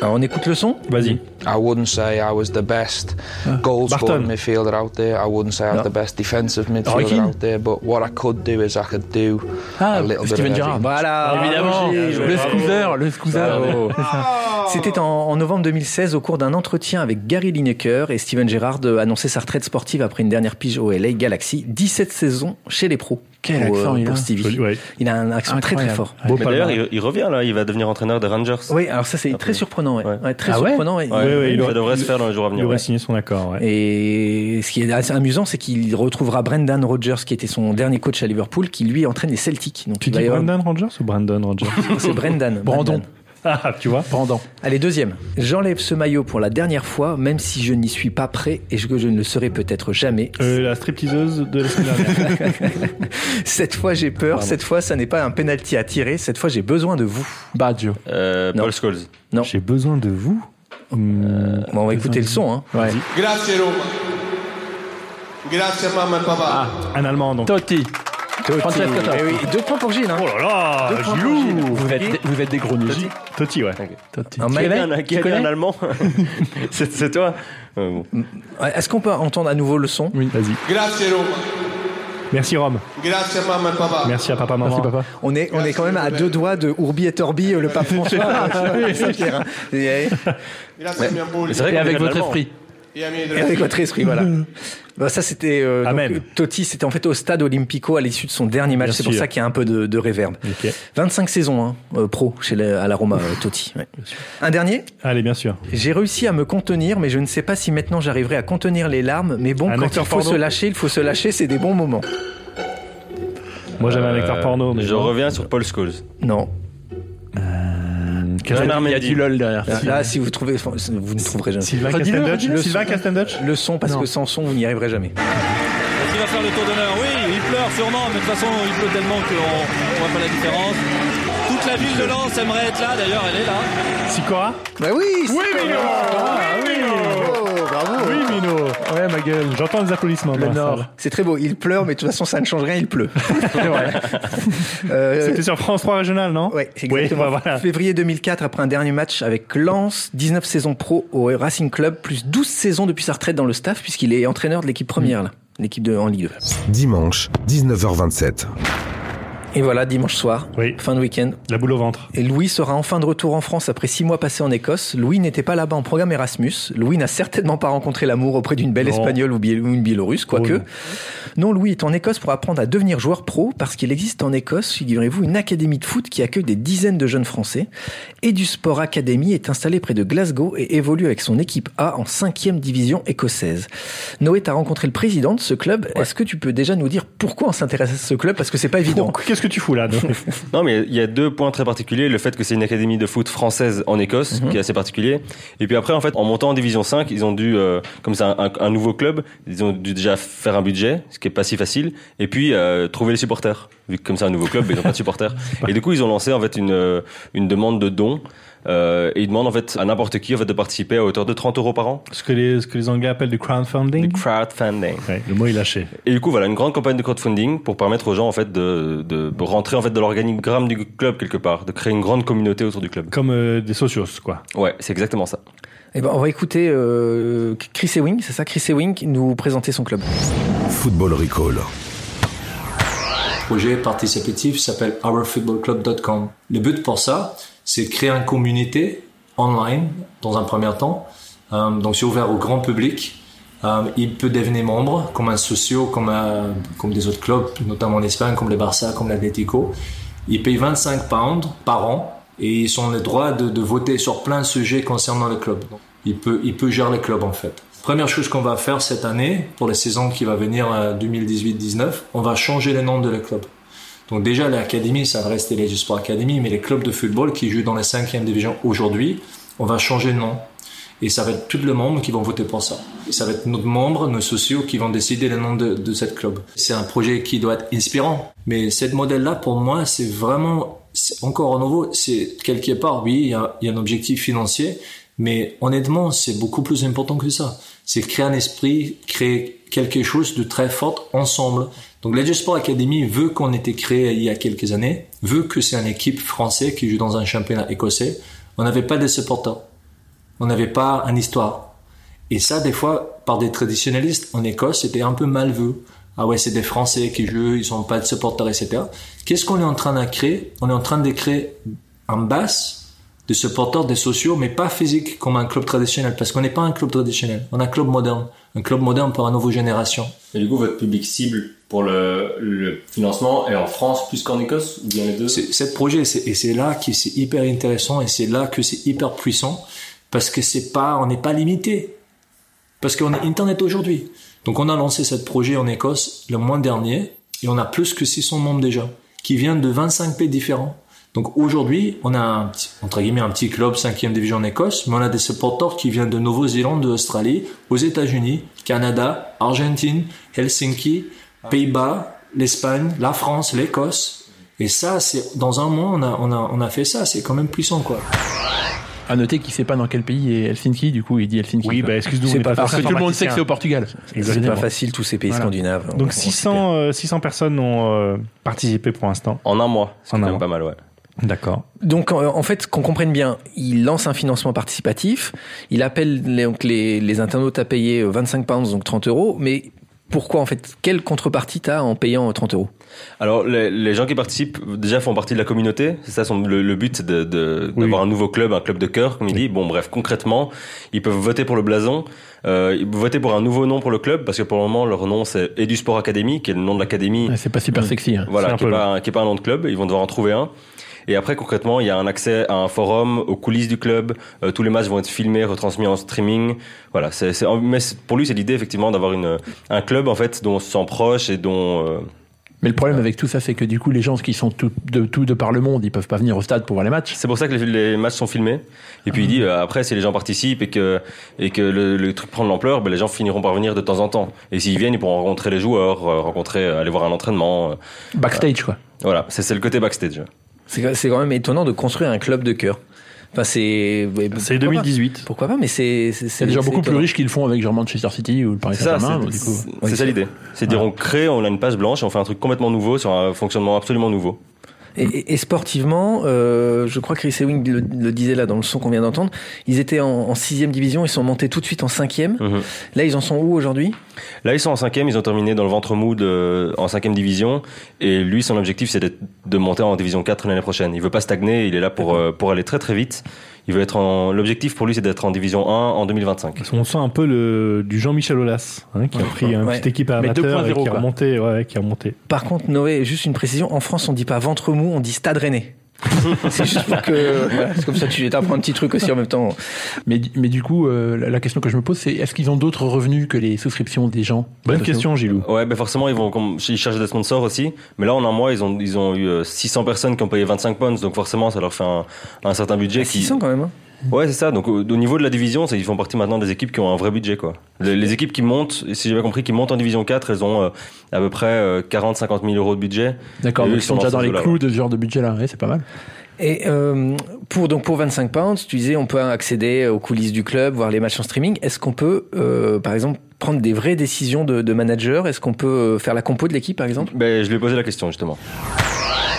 Alors on écoute le son Vas-y. I wouldn't say I was the best goal scoring Barton. midfielder out there. I wouldn't say I was No. the best defensive Roy midfielder Keane. out there. But what I could do is I could do Ah, a little bit of Steven everything. Gerrard. Ah, Voilà, Ah, Évidemment, Roger, le scooter, le scooter. Ah. Bravo. C'était en, en novembre 2016 au cours d'un entretien avec Gary Lineker et Steven Gerrard euh, annonçait sa retraite sportive après une dernière pige au LA Galaxy. 17 saisons chez les pros. Quel pour, euh, accent il pour a. Stevie. Joli, ouais. Il a un accent très très Incroyable. fort. Beau Mais d'ailleurs, palmarès. il, il revient là, il va devenir entraîneur des Rangers. Oui, alors ça c'est Après. très surprenant. ouais. Ouais. Ouais, très Ah ouais surprenant. et- Ouais, ouais, il ça aurait- devrait se faire dans les jours à Il venir. aurait ouais. signé son accord. ouais. Et ce qui est assez amusant, c'est qu'il retrouvera Brendan Rodgers, qui était son dernier coach à Liverpool, qui lui entraîne les Celtics. Donc Tu il va dis y avoir- Brandon Rogers ou Brandon Rogers C'est Brendan. Brandon. Brendan. Ah, tu vois. Pendant. Allez, deuxième. J'enlève ce maillot pour la dernière fois, même si je n'y suis pas prêt et que je ne le serai peut-être jamais. Euh, la stripteaseuse de la semaine Euh, dernière. Cette fois, j'ai peur. Cette fois, ça n'est pas un penalty à tirer. Cette fois, j'ai besoin de vous. Baggio. Euh, Non. Paul Scholes. Non. J'ai besoin de vous. Hum, Bon, on va écouter le son. Hein. Euh, Ouais. Grazie Roma. Grazie mamma e papà. Ah, un Allemand, donc. Totti. Francesco Eh Totti. oui, deux points pour Gilles. hein. Oh là là, Deux points pour Gilou Gilles. Vous êtes, vous êtes des gros nuls. Totti, ouais. Totti. Un Tu maillot. connais Quel est un- Tu quel est un connais Allemand C'est c'est toi Euh, bon. Ouais, Est-ce qu'on peut entendre à nouveau le son Vas-y. Grazie Roma. Merci Rome. Grazie mamma e papà. Merci à papa maman. Merci papa. On est, on est quand même à deux doigts de Ourbi et Torbi, euh, le pape François. euh, Saint-Pierre, hein. Et Grazie ai miei Mais ammuli C'est vrai Et qu'on avec est votre Allemand. esprit. e ai miei et avec votre esprit, voilà. Bah, ça, c'était euh, donc, Amen. euh, Totti, c'était en fait au stade Olympico à l'issue de son dernier match. Bien C'est pour sûr. ça qu'il y a un peu de, de réverb. Ok. 25 saisons hein, euh, pro chez la- à la Roma, euh, Totti. ouais. Un dernier Allez, bien sûr. J'ai réussi à me contenir, mais je ne sais pas si maintenant j'arriverai à contenir les larmes. Mais bon, Un quand il acteur faut porno. se lâcher, il faut se lâcher, c'est des bons moments. Moi j'avais un acteur Euh, porno. Mais Je reviens sur Paul Scholes. Non. Quel- Bernard Il y a Mendy. du lol derrière. Là, là, si vous trouvez, enfin, vous ne trouverez jamais. Sylvain Redis-le, Castendutch. redis-le. Sylvain Castendutch. Le son, parce que sans son, vous n'y arriverez jamais. Est-ce qu'il va faire le tour d'honneur Oui, il pleure sûrement, mais de toute façon, il pleut tellement qu'on ne voit pas la différence. Toute la ville de Lens aimerait être là, d'ailleurs, elle est là. Sikora Bah oui c'est- Oui, Mino Oh, Bravo Oui, Mino Ouais, ma gueule. J'entends des applaudissements. Le dans la Nord. salle. C'est très beau, il pleure, mais de toute façon, ça ne change rien, il pleut. Euh, C'était sur France 3 régional, non Ouais, c'est exactement. Oui, bah, voilà. Février 2004, après un dernier match avec Lens, 19 saisons pro au Racing Club, plus 12 saisons depuis sa retraite dans le staff, puisqu'il est entraîneur de l'équipe première, là, l'équipe de en Ligue 2. Dimanche, 19h27. Et voilà, dimanche soir, Oui. fin de week-end. La boule au ventre. Et Louis sera enfin de retour en France après six mois passés en Écosse. Louis n'était pas là-bas en programme Erasmus. Louis n'a certainement pas rencontré l'amour auprès d'une belle Non. espagnole ou bié- ou une biélorusse, quoique. Oh non, Louis est en Écosse pour apprendre à devenir joueur pro parce qu'il existe en Écosse, figurez-vous, une académie de foot qui accueille des dizaines de jeunes Français. Et du Sport Academy est installée près de Glasgow et évolue avec son équipe A en cinquième division écossaise. Noé, t'as rencontré le président de ce club. Est-ce que tu peux déjà nous dire pourquoi on s'intéresse à ce club Parce que c'est pas évident. Donc, Qu'est-ce que tu fous là non Non, mais il y a deux points très particuliers. Le fait que c'est une académie de foot française en Écosse, qui est assez particulier. Et puis après, en fait, en montant en Division 5, ils ont dû, euh, comme c'est un, un- un nouveau club, ils ont dû déjà faire un budget, ce qui est pas si facile. Et puis, euh, trouver les supporters. Vu que comme c'est un nouveau club, ils n'ont pas de supporters. Et du coup, ils ont lancé, en fait, une, euh, une demande de dons. euh, et il demande en fait à n'importe qui en fait de participer à hauteur de 30 euros par an. Ce que les, ce que les Anglais appellent du crowdfunding. Du crowdfunding. Ouais, le mot est lâché. Et du coup, voilà, une grande campagne de crowdfunding pour permettre aux gens en fait de, de rentrer en fait dans l'organigramme du club quelque part, de créer une grande communauté autour du club. Comme euh, des socios, quoi. Ouais, c'est exactement ça. Eh ben, on va écouter euh, Chris Ewing, c'est ça Chris Ewing nous présenter son club. Football Recall. Le projet participatif s'appelle ourfootballclub.com. Le but pour ça, c'est créer une communauté online dans un premier temps. Euh, donc c'est ouvert au grand public. Euh, il peut devenir membre comme un socio, comme, un, comme des autres clubs, notamment en Espagne, comme le Barça, comme l'Atlético. Il paye 25 pounds par an et ils ont le droit de, de, voter sur plein de sujets concernant le club. Donc, il peut, il peut gérer le club en fait. Première chose qu'on va faire cette année, pour la saison qui va venir euh, 2018-19, on va changer le nom de le club. Donc déjà, l'académie, ça va rester les Sport Academy, mais les clubs de football qui jouent dans la cinquième division aujourd'hui, on va changer le nom. Et ça va être tous les membres qui vont voter pour ça. Et ça va être nos membres, nos sociaux qui vont décider le nom de, de cette club. C'est un projet qui doit être inspirant. Mais cette modèle-là, pour moi, c'est vraiment encore à nouveau, c'est quelque part, oui, il y, a, il y a, un objectif financier, mais honnêtement, c'est beaucoup plus important que ça. C'est créer un esprit, créer quelque chose de très fort ensemble. Donc, la Sport Academy veut qu'on était créé il y a quelques années, veut que c'est une équipe française qui joue dans un championnat écossais. On n'avait pas de supporters. On n'avait pas une histoire. Et ça, des fois, par des traditionnalistes en Écosse, c'était un peu mal vu ah ouais, c'est des Français qui jouent, ils n'ont pas de supporters, etc. Qu'est-ce qu'on est en train de créer On est en train de créer en basse de supporters, des sociaux, mais pas physiques comme un club traditionnel, parce qu'on n'est pas un club traditionnel, on est un club moderne, un club moderne pour la nouvelle génération. Et du coup, votre public cible pour le, le financement est en France plus qu'en Écosse ou bien les deux C'est projet, et c'est là que c'est hyper intéressant et c'est là que c'est hyper puissant, parce que c'est pas, on n'est pas limité, parce qu'on a Internet aujourd'hui. Donc on a lancé ce projet en Écosse le mois dernier et on a plus que 600 membres déjà qui viennent de 25 pays différents. Donc aujourd'hui, on a un petit, entre guillemets un petit club 5e division en Écosse, mais on a des supporters qui viennent de Nouvelle-Zélande, d'Australie, aux États-Unis, Canada, Argentine, Helsinki, Pays-Bas, l'Espagne, la France, l'Écosse. Et ça, c'est dans un mois, on a, on a, on a fait ça. C'est quand même puissant, quoi. À noter qu'il sait pas dans quel pays est Helsinki, du coup il dit Helsinki. Oui, bah excuse-nous, c'est pas parce que tout le monde sait que c'est au Portugal. C'est pas facile tous ces pays voilà. scandinaves. hein. Oh, Donc on, 600, on 600 personnes ont euh, participé pour l'instant. En un mois, c'est quand même mois. pas mal, ouais. D'accord. Donc en, en fait, qu'on comprenne bien, il lance un financement participatif, il appelle les, donc les, les internautes à payer 25 pounds, donc 30 euros, mais pourquoi en fait Quelle contrepartie t'as en payant 30 euros Alors les, les, gens qui participent déjà font partie de la communauté. C'est ça son, le, le, but de, d'avoir oui. un nouveau club, un club de cœur, comme il oui. dit. Bon bref, concrètement, ils peuvent voter pour le blason, euh, ils peuvent voter pour un nouveau nom pour le club parce que pour le moment leur nom c'est Edu Sport Academy, qui est le nom de l'académie. Mm. Ah, c'est pas super sexy. Hein. Voilà, qui est, pas, un, qui est pas un nom de club. Ils vont devoir en trouver un. Et après, concrètement, il y a un accès à un forum, aux coulisses du club. Euh, tous les matchs vont être filmés, retransmis en streaming. Voilà. C'est, mais pour lui, c'est l'idée effectivement d'avoir une un club en fait dont on se sent proche et dont euh mais le problème avec tout ça, c'est que du coup, les gens qui sont tout de, tout de par le monde, ils peuvent pas venir au stade pour voir les matchs. C'est pour ça que les, les, matchs sont filmés. Et puis ah. il dit euh, après, si les gens participent et que et que le, le truc prend de l'ampleur, ben, les gens finiront par venir de temps en temps. Et s'ils viennent, ils pourront rencontrer les joueurs, rencontrer, aller voir un entraînement. Backstage, euh, quoi. Voilà, c'est le côté backstage. C'est quand même étonnant de construire un club de cœur. Enfin, c'est. C'est 2018. Pas. Pourquoi pas Mais c'est. C'est déjà beaucoup plus riche qu'ils le font avec genre Manchester City ou le Paris Saint-Germain. C'est ça l'idée. C'est Ah. dire on crée, on a une page blanche, et on fait un truc complètement nouveau sur un fonctionnement absolument nouveau. Et, et sportivement, euh, je crois que Chris Ewing le, le, disait là dans le son qu'on vient d'entendre, ils étaient en, en sixième division, ils sont montés tout de suite en cinquième. Mm Mm-hmm. -hmm. Là, ils en sont où aujourd'hui Là, ils sont en cinquième, ils ont terminé dans le ventre mou de, en cinquième division. Et lui, son objectif, c'est de, de, monter en division 4 l'année prochaine. Il veut pas stagner, il est là pour, euh, pour aller très très vite. Il veut être en l'objectif pour lui c'est d'être en division 1 en 2025. On sent un peu le du Jean-Michel Aulas hein, qui a pris ouais. une petite équipe à amateur et qui a remonté ouais, qui a remonté. Par contre Noé, juste une précision, en France on dit pas ventre mou, on dit stade rennais. c'est juste pour que voilà, comme ça tu t'apprends un petit truc aussi en même temps. Mais mais du coup euh, la question que je me pose c'est est-ce qu'ils ont d'autres revenus que les souscriptions des gens Bonne question Gilou. Ouais, ben forcément ils vont ils cherchent des sponsors aussi, mais là en un mois ils ont ils ont eu 600 personnes qui ont payé 25 pounds donc forcément ça leur fait un, un certain 600 budget qui... quand même. Hein. Ouais, c'est ça. Donc, au, au, niveau de la division, ils font partie maintenant des équipes qui ont un vrai budget, quoi. Les, les équipes qui montent, si j'ai bien compris, qui montent en division 4, elles ont euh, à peu près euh, 40-50 000 euros de budget. D'accord, donc ils sont déjà dans les clous de ce genre de budget-là. Ouais, c'est pas mal. Et euh, pour, donc pour 25 pounds, tu disais, on peut accéder aux coulisses du club, voir les matchs en streaming. Est-ce qu'on peut, euh, par exemple, prendre des vraies décisions de, de manager Est-ce qu'on peut euh, faire la compo de l'équipe, par exemple ben, Je lui ai posé la question, justement.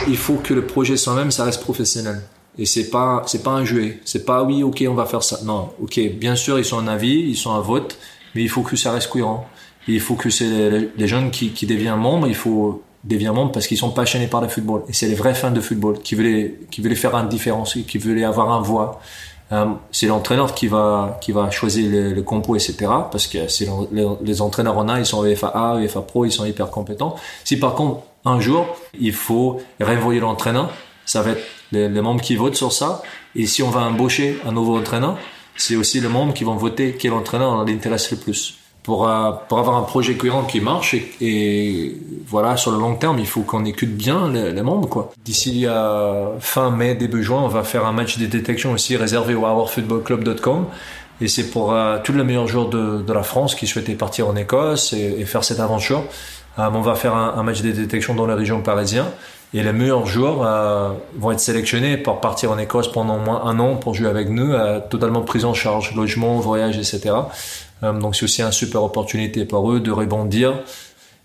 Il faut que le projet soi-même, ça reste professionnel. Et c'est pas, c'est pas un jouet. C'est pas, oui, ok, on va faire ça. Non, ok, bien sûr, ils sont un avis, ils sont un vote, mais il faut que ça reste cohérent. Et il faut que c'est les, les jeunes qui, qui deviennent membres, il faut deviennent membres parce qu'ils sont passionnés par le football. Et c'est les vrais fans de football qui veulent qui veulent faire une différence, qui veulent avoir un voix. Euh, c'est l'entraîneur qui va qui va choisir le, le compo, etc. Parce que c'est le, les entraîneurs on a, ils sont UEFA A, UEFA Pro, ils sont hyper compétents. Si par contre un jour il faut renvoyer l'entraîneur, ça va être les, les membres qui votent sur ça. Et si on va embaucher un nouveau entraîneur, c'est aussi les membres qui vont voter quel entraîneur l'intéresse le plus. Pour, euh, pour, avoir un projet cohérent qui marche et, et, voilà sur le long terme il faut qu'on écoute bien les, les membres quoi d'ici à fin mai début juin on va faire un match de détection aussi réservé au hourfootballclub.com et c'est pour euh, tous les meilleurs joueurs de, de, la France qui souhaitaient partir en Écosse et, et faire cette aventure euh, on va faire un, un, match de détection dans la région parisienne et les meilleurs joueurs euh, vont être sélectionnés pour partir en Écosse pendant au moins un an pour jouer avec nous euh, totalement prise en charge logement voyage etc donc c'est aussi une super opportunité pour eux de rebondir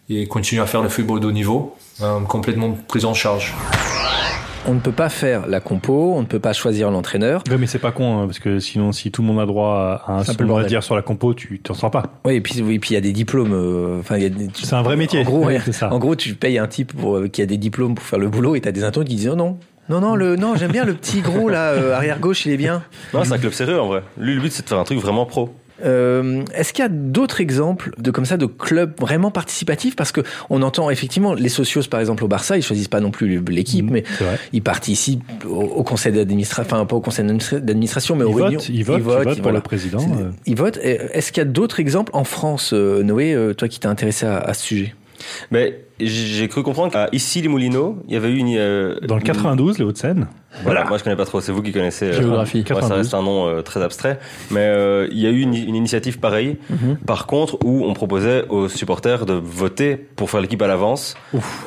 et continuer à faire le football de haut niveau, euh, complètement pris en charge. On ne peut pas faire la compo, on ne peut pas choisir l'entraîneur. Oui, mais c'est pas con, hein, parce que sinon, si tout le monde a droit à un seul mot à dire sur la compo, tu t'en sors pas. Oui, et puis oui, puis il y a des diplômes. Enfin, euh, c'est un vrai métier. En gros, ouais, ça. en gros, tu payes un type pour, euh, qui a des diplômes pour faire le boulot, et t'as des intons qui disent oh non, non, non, le, non, j'aime bien le petit gros là, euh, arrière gauche, il est bien. Non, c'est un club sérieux en vrai. Lui, le but, c'est de faire un truc vraiment pro. Euh, Est-ce qu'il y a d'autres exemples de comme ça de clubs vraiment participatifs Parce que on entend effectivement les socios par exemple au Barça, ils choisissent pas non plus Mm. l'équipe, mmh, mais ils participent au, au conseil d'administration, enfin pas au conseil d'administration, mais ils aux réunions. Ils votent, ils votent, ils votent, ils votent pour voilà. le président. Est, euh... Ils votent. Est-ce qu'il y a d'autres exemples en France, euh, Noé, toi qui t'es intéressé à, à ce sujet mais j'ai cru comprendre qu'à ici les Moulineaux, il y avait eu une. Euh, Dans le 92, les Hauts-de-Seine. Voilà, voilà, moi je connais pas trop, c'est vous qui connaissez. Euh, Géographie. Moi, ça reste un nom euh, très abstrait. Mais euh, il y a eu une, une initiative pareille, mm -hmm. par contre, où on proposait aux supporters de voter pour faire l'équipe à l'avance.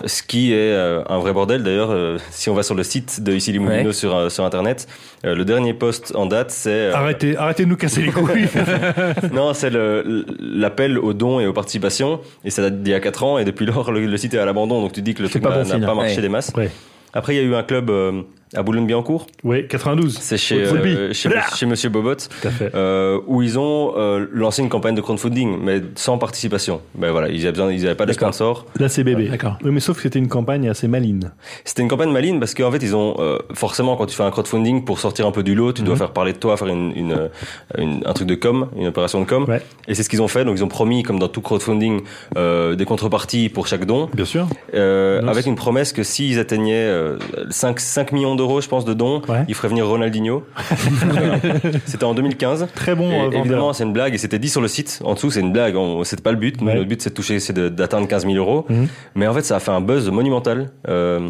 Ce qui est euh, un vrai bordel d'ailleurs. si on va sur le site de ici les Moulineaux ouais. sur, sur internet, le dernier post en date c'est. Arrêtez, arrêtez de nous casser les couilles Non, c'est l'appel aux dons et aux participations, et ça date d'il y a 4 ans, et depuis lors le, le site est à l'abandon, donc tu dis que le truc n'a pas, bon hein. pas, marché ouais. des masses. Ouais. Après, il y a eu un club euh, à Boulogne-Biancourt. Oui, 92. C'est chez, euh, chez, chez, Monsieur Bobot. Tout à fait. Euh, où ils ont lancé une campagne de crowdfunding, mais sans participation. Ben voilà, ils n'avaient pas de sponsor. Là, c'est bébé. D'accord. Oui, mais sauf que c'était une campagne assez maline. C'était une campagne maline parce qu'en fait, ils ont euh, forcément, quand tu fais un crowdfunding, pour sortir un peu du lot, tu dois mm -hmm. faire parler de toi, faire une, une, une, un truc de com, une opération de com. Ouais. Et c'est ce qu'ils ont fait. Donc, ils ont promis, comme dans tout crowdfunding, euh, des contreparties pour chaque don. Bien sûr. Non, Euh, avec une promesse que s'ils atteignaient 5, 5 millions d'euros, je pense, de dons. Ouais. Il ferait venir Ronaldinho. c'était en 2015. Très bon. Et, euh, évidemment, c'est une blague et c'était dit sur le site. En dessous, c'est une blague. C'est pas le but. Ouais. Notre but, c'est de toucher, c'est d'atteindre 15 000 euros. Mhm. Mm -hmm. Mais en fait, ça a fait un buzz monumental. Euh,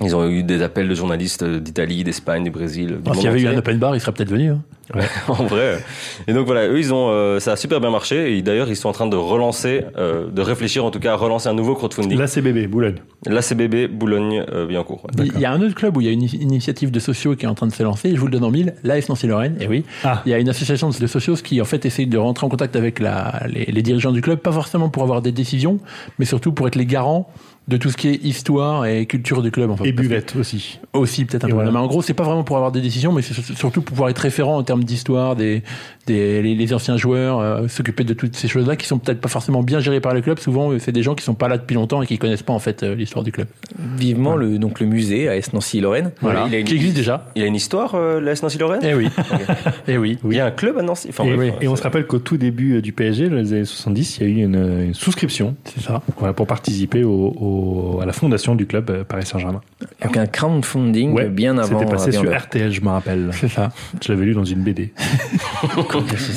ils ont eu des appels de journalistes d'Italie, d'Espagne, du Brésil. Ah, S'il y avait eu un open bar, ils seraient peut-être venus. Hein. Ouais, en vrai. Et donc voilà, eux, ils ont, euh, ça a super bien marché. Et d'ailleurs, ils sont en train de relancer, euh, de réfléchir en tout cas à relancer un nouveau crowdfunding. L'ACBB, Boulogne. L'ACBB, Boulogne-Biancourt. Euh, il y a un autre club où il y a une initiative de sociaux qui est en train de se lancer. Je vous le donne en mille. L'AS Nancy-Lorraine. Et eh oui. Ah. Il y a une association de sociaux qui, en fait, essaye de rentrer en contact avec la, les, les dirigeants du club, pas forcément pour avoir des décisions, mais surtout pour être les garants de tout ce qui est histoire et culture du club. Enfin, et buvette aussi. Aussi peut-être un peu. Voilà. Mais en gros, c'est pas vraiment pour avoir des décisions, mais c'est surtout pour pouvoir être référent en termes d'histoire des, des les, les anciens joueurs, euh, s'occuper de toutes ces choses-là qui sont peut-être pas forcément bien gérées par le club. Souvent, c'est des gens qui sont pas là depuis longtemps et qui connaissent pas en fait euh, l'histoire du club. Vivement ouais. le donc le musée à S Nancy Lorraine, voilà. il a une, qui existe déjà. Il a une histoire euh, la S Nancy Lorraine. Eh oui. eh oui. Il y a un club à Nancy. Enfin, et, bref, oui. et on se rappelle qu'au tout début euh, du PSG, dans les années 70, il y a eu une, une souscription. C'est ça. Voilà pour participer au, au à la fondation du club euh, Paris Saint-Germain. Donc un crowdfunding ouais, bien avant. C'était passé sur le... RTL, je me rappelle. C'est ça. Je l'avais lu dans une BD.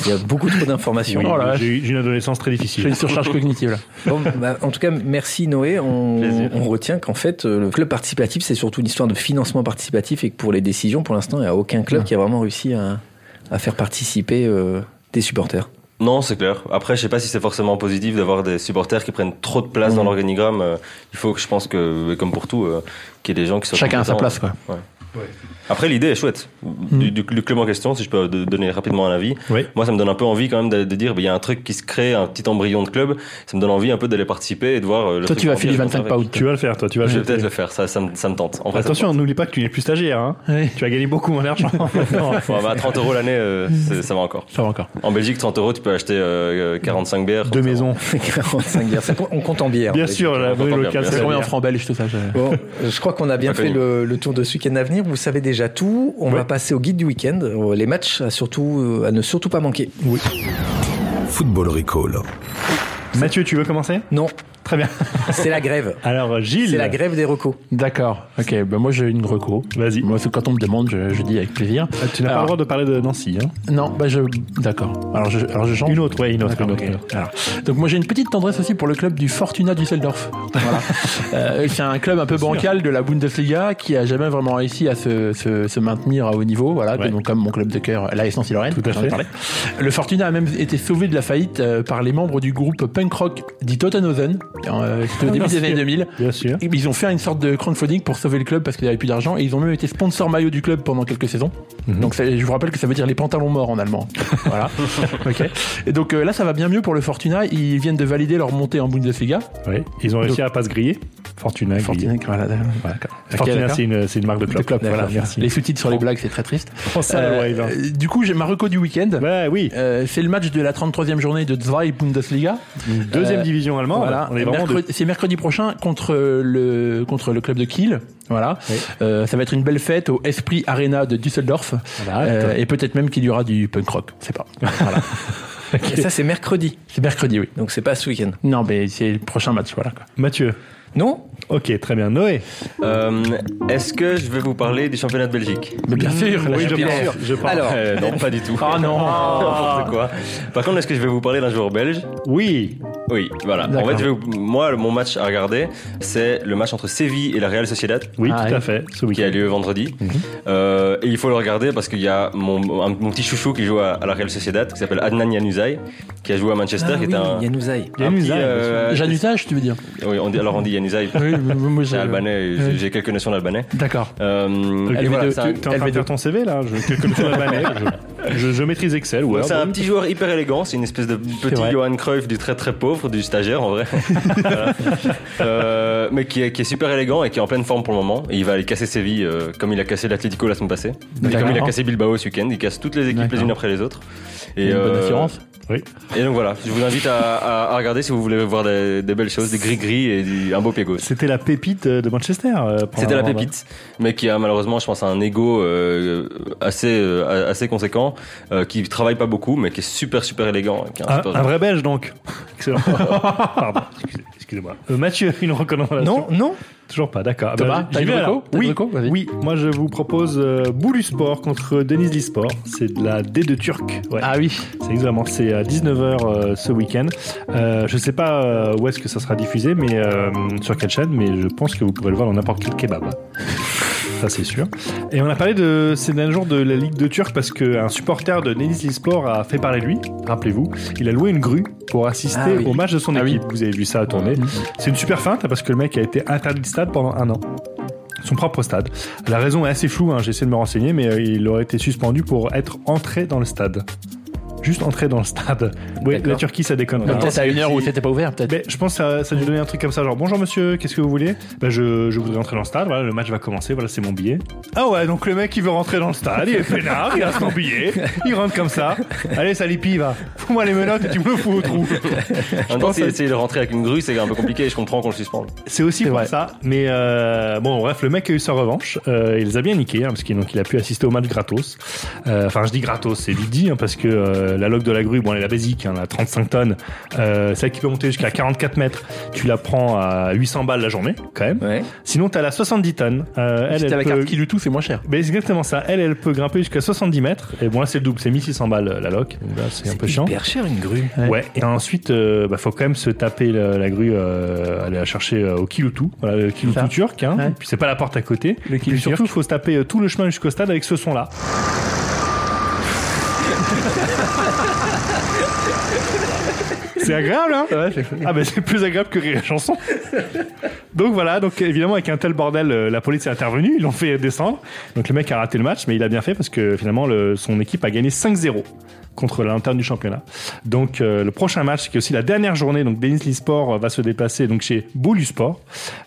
Il y a beaucoup trop d'informations. Oui, oh j'ai eu une adolescence très difficile. J'ai une surcharge cognitive là. Bon, bah, en tout cas, merci Noé. On, on retient qu'en fait, euh, le club participatif, c'est surtout une histoire de financement participatif et que pour les décisions, pour l'instant, il n'y a aucun club ouais. qui a vraiment réussi à, à faire participer euh, des supporters. Non, c'est clair. Après, je sais pas si c'est forcément positif d'avoir des supporters qui prennent trop de place mmh. Mhm. dans l'organigramme. Il faut que je pense que, comme pour tout, euh, qu'il y ait des gens qui soient. Chacun à sa place, quoi. Ouais. Après, l'idée est chouette. Mm. Du, du- du club en question, si je peux de- donner rapidement un avis. Oui. Moi, ça me donne un peu envie quand même de, de dire, bah, il y a un truc qui se crée, un petit embryon de club. Ça me donne envie un peu d'aller participer et de voir. euh, le Toi, truc tu vas grandir, filer je pense, 25 avec. pounds. Tu vas le faire, toi, tu vas le je vais faire. peut-être le faire. Ça, ça, me, ça me tente. En vrai, ça me Attention, n'oublie pas que tu n'es plus stagiaire. hein. Tu as gagné beaucoup en argent. maintenant. Ouais, bah, à 30 euros l'année, euh, c'est- ça va encore. Ça va encore. En Belgique, 30 euros, tu peux acheter euh, euh, 45 bières. Deux maisons. 45 bières. Ça compte- On compte en bière. Bien en fait. sûr, la On compte brûle en bière, locale, bien c'est sûr. combien en francs belges, tout ça je- Bon, euh, je crois qu'on a bien Pas fait connu. le, le tour de ce week-end à venir. Vous savez déjà tout. On va passer au guide du week-end. Euh, Les matchs à, surtout, euh, à ne surtout pas manquer. Oui. Football Recall. Mathieu, tu veux commencer Non. Très bien. C'est la grève. Alors, Gilles. C'est la grève des recos. D'accord. Ok. Ben moi j'ai une reco. Vas-y. Ah, Moi c'est quand on me demande, je, je dis avec plaisir. Tu n'as pas le Alors, droit de parler de Nancy. hein. Non, bah je. D'accord. Alors je, alors je change. Une autre, ouais, une autre. D'accord, une autre, ok. une autre. Alors, donc moi j'ai une petite tendresse aussi pour le club du Fortuna Düsseldorf. Voilà. Euh, c'est un club un peu bancal de la Bundesliga qui a jamais vraiment réussi à se, se- se maintenir à haut niveau. Voilà, que donc comme mon club de cœur, la Essence Lorraine. Tout à j'en ai fait. parlé. Le Fortuna a même été sauvé de la faillite euh, par les membres du groupe punk rock dit Tottenhausen. Euh, C'était au Bien début des sûr. années 2000. Bien sûr. Et Ils ont fait une sorte de crowdfunding pour sauver le club parce qu'il n'y avait plus d'argent et ils ont même été sponsor maillot du club pendant quelques saisons. Mhm. Donc ça- je vous rappelle que ça veut dire les pantalons morts en allemand. voilà. Ok. Et donc euh, là ça va bien mieux pour le Fortuna. Ils viennent de valider leur montée en Bundesliga. Oui. Ils ont réussi Donc- à pas se griller. Fortuna. grillée. Fortuna, voilà, d'accord. Ok, Fortuna, d'accord. c'est une, c'est une marque de club. De club, D'accord, voilà. merci. Les sous-titres sur les blagues, c'est très triste. Euh, Prends ça, la loi Evin. du coup, j'ai ma reco du week-end. Euh, oui. c'est le match de la 33e journée de Zweite Bundesliga. Deuxième division allemande. Euh, bah, Voilà. On est vraiment Mercredi- C'est mercredi prochain contre le, contre le club de Kiel. Voilà. Euh, ça va être une belle fête au Esprit Arena de Düsseldorf. Euh, bah, hâte. et peut-être même qu'il y aura du punk rock. C'est pas. Voilà. Et ça, c'est mercredi. C'est mercredi, oui. Donc, c'est pas ce week-end. Non, mais c'est le prochain match. Voilà. quoi. Mathieu. Non Ok, très bien. Noé. Euh, Est-ce que je vais vous parler du championnat de Belgique Mais bien sûr, Mmh. Oui, la je Champions. pense. Je pense. Alors. Euh, Non, pas du tout. Ah non. N'importe quoi. Par contre, est-ce que je vais vous parler d'un joueur belge Oui. Oui, voilà. En D'accord. fait, je vais vous- moi, le- mon match à regarder, c'est le match entre Séville et la Real Sociedad. Oui, Ah, tout oui. à fait. Ce qui a week-end. lieu vendredi. Euh, et il faut le regarder parce qu'il y a mon, un- mon petit chouchou qui joue à, à la Real Sociedad, qui s'appelle Adnan Yanuzay, qui a joué à Manchester, Ah qui oui, est un... Yanouzaï. un petit, Yanuzay, euh, Jean Usage, tu veux dire oui, on dit- alors on dit Yanuzay. Oui, moi, J'ai albanais, et j'ai- j'ai quelques notions d'albanais. D'accord. Euh, Donc, et LV2, voilà, c'est un- tu es en train de faire ton CV là Je, que- comme tu l'as banné, je, je- je maîtrise Excel. Ouais, Word. c'est un petit joueur hyper élégant, c'est une espèce de petit vrai. Johan Cruyff du très très pauvre, du stagiaire en vrai. Voilà. Euh, mais qui est, qui est super élégant et qui est en pleine forme pour le moment. Et il va aller casser Séville euh, comme il a cassé l'Atlético la semaine passée. Et D'accord. comme il a cassé Bilbao ce week-end, il casse toutes les équipes les D'accord. unes après les autres. Et, Une bonne euh, assurance. Oui. et donc voilà, je vous invite à, à- à regarder si vous voulez voir des, des belles choses, des gris-gris et du- un beau pied gauche. C'était la pépite euh, de Manchester. euh, pendant C'était la moment, pépite, mais qui a malheureusement, je pense, un ego euh, assez euh, assez conséquent, euh, qui travaille pas beaucoup, mais qui est super super élégant. qui est un là. super Un, un vrai belge donc. Excellent. Pardon, excusez- excusez-moi. Euh, Mathieu, une recommandation. Non, non. Toujours pas, d'accord. Thomas, Ah ben, t'as j'y une vais, reco alors. T'as une Oui, reco Vas-y. oui, moi je vous propose euh, Boulu Sport contre Denise Lisport. C'est de la D2 turque. Ouais. Ah oui. C'est exactement, c'est à 19h euh, ce week-end. Euh, je sais pas euh, où est-ce que ça sera diffusé, mais euh, sur quelle chaîne, mais je pense que vous pourrez le voir dans n'importe quel kebab. Ça c'est sûr. Et on a parlé de ces derniers jours de la Ligue de Turc parce qu'un supporter de Denizli Sport a fait parler de lui, rappelez-vous. Il a loué une grue pour assister Ah oui. au match de son Ah oui. équipe. Vous avez vu ça à tourner. C'est une super feinte parce que le mec a été interdit de stade pendant un an. Son propre stade. La raison est assez floue, hein, j'ai essayé de me renseigner, mais euh, il aurait été suspendu pour être entré dans le stade. Juste entré dans le stade. Oui, D'accord. la Turquie, ça déconne. pas. Peut-être à une heure où c'était pas ouvert, peut-être. Mais je pense que ça, ça a dû donner un truc comme ça, genre bonjour monsieur, qu'est-ce que vous voulez ben, je, je voudrais entrer dans le stade, voilà, le match va commencer, voilà, c'est mon billet. Ah ouais, donc le mec il veut rentrer dans le stade, il est peinard, il a son billet, il rentre comme ça. Allez, salipi, va, fous-moi les menottes et tu me le fous au trou. En même temps, pense si à- essayer de rentrer avec une grue, c'est un peu compliqué et je comprends qu'on le suspende. C'est aussi pour vrai. ça, mais euh, bon, bref, le mec a eu sa revanche, euh, il les a bien niqués, hein, parce qu'il donc, il a pu assister au match gratos. Euh, Enfin, je dis gratos, c'est vite dit, hein, parce que euh, la log de la grue, bon, elle est la basique, hein, la 35 tonnes, euh, celle qui peut monter jusqu'à 44 mètres, tu la prends à 800 balles la journée, quand même. Ouais. Sinon, t'as la 70 tonnes. Euh, elle, Si elle t'as la peut- carte qui lui tout, c'est moins cher. Mais c'est exactement ça. Elle, elle peut grimper jusqu'à 70 mètres. Et bon, là, c'est le double. C'est 1600 balles euh, la loc. Donc là, c'est un peu chiant. Hyper cher une grue. Ouais. Et ensuite, euh, bah, faut quand même se taper le- la grue, euh, aller la chercher euh, au Kiloutou. Voilà, le Ça. Kiloutou turc. Hein. Ouais. Et Puis c'est pas la porte à côté. Le Et Kiloutou surtout, faut se taper euh, tout le chemin jusqu'au stade avec ce son-là. C'est agréable, hein Ah ben c'est plus agréable que rire la chanson. Donc voilà, donc évidemment avec un tel bordel, euh, la police est intervenue, ils l'ont fait descendre. Donc le mec a raté le match, mais il a bien fait parce que finalement le- son équipe a gagné 5-0 contre la lanterne du championnat. Donc euh, le prochain match, qui est aussi la dernière journée, donc Denis Lisport euh, va se déplacer donc chez Boulu Sport.